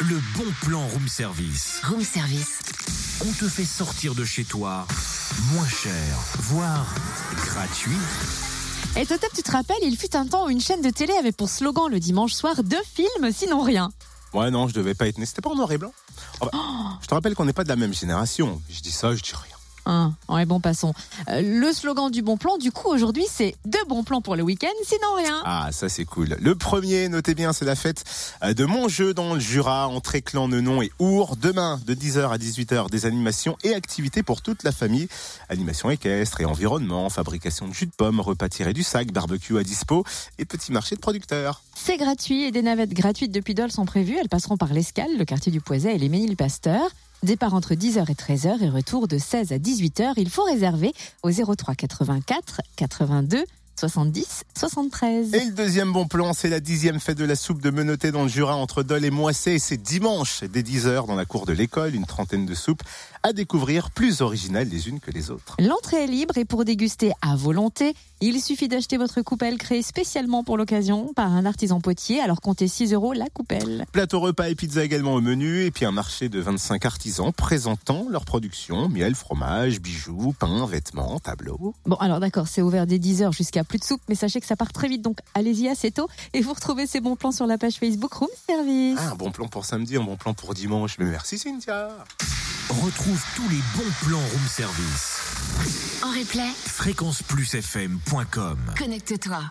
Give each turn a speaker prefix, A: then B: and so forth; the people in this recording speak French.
A: Le bon plan room service.
B: Room service.
A: On te fait sortir de chez toi moins cher, voire gratuit.
C: Et Totop, tu te rappelles, il fut un temps où une chaîne de télé avait pour slogan le dimanche soir deux films, sinon rien.
D: Ouais, non, je devais pas être né. C'était pas en noir et blanc. Oh, bah, je te rappelle qu'on n'est pas de la même génération. Je dis ça, je dis rien.
C: Hein, ouais, bon, passons. Euh, le slogan du bon plan, du coup, aujourd'hui, c'est deux bons plans pour le week-end, sinon rien.
D: Ah, ça c'est cool. Le premier, notez bien, c'est la fête euh, de mon jeu dans le Jura, entre Éclan, Nenon et Our. Demain, de 10h à 18h, des animations et activités pour toute la famille. Animation équestre et environnement, fabrication de jus de pommes, repas tirés du sac, barbecue à dispo et petit marché de producteurs.
C: C'est gratuit et des navettes gratuites depuis Dole sont prévues. Elles passeront par l'Escale, le quartier du Poiset et les Ménilpasteurs. Départ entre 10h et 13h et retour de 16 à 18h. Il faut réserver au 03 84 82 70 73.
D: Et le deuxième bon plan, c'est la dixième fête de la soupe de Menotté dans le Jura entre Dole et Moissé. Et c'est dimanche, dès 10h, dans la cour de l'école, une trentaine de soupes à découvrir, plus originales les unes que les autres.
C: L'entrée est libre et pour déguster à volonté, il suffit d'acheter votre coupelle créée spécialement pour l'occasion par un artisan potier. Alors comptez 6 euros la coupelle.
D: Plateau repas et pizza également au menu, et puis un marché de 25 artisans présentant leur production, miel, fromage, bijoux, pain, vêtements, tableaux.
C: Bon, alors d'accord, c'est ouvert dès 10h jusqu'à plus de soupe, mais sachez que ça part très vite, donc allez-y assez tôt. Et vous retrouvez ces bons plans sur la page Facebook Room Service.
D: Ah, un bon plan pour samedi, un bon plan pour dimanche. Mais merci Cynthia.
A: Retrouve tous les bons plans room service.
B: En replay,
A: Fréquenceplusfm.com
B: connecte-toi.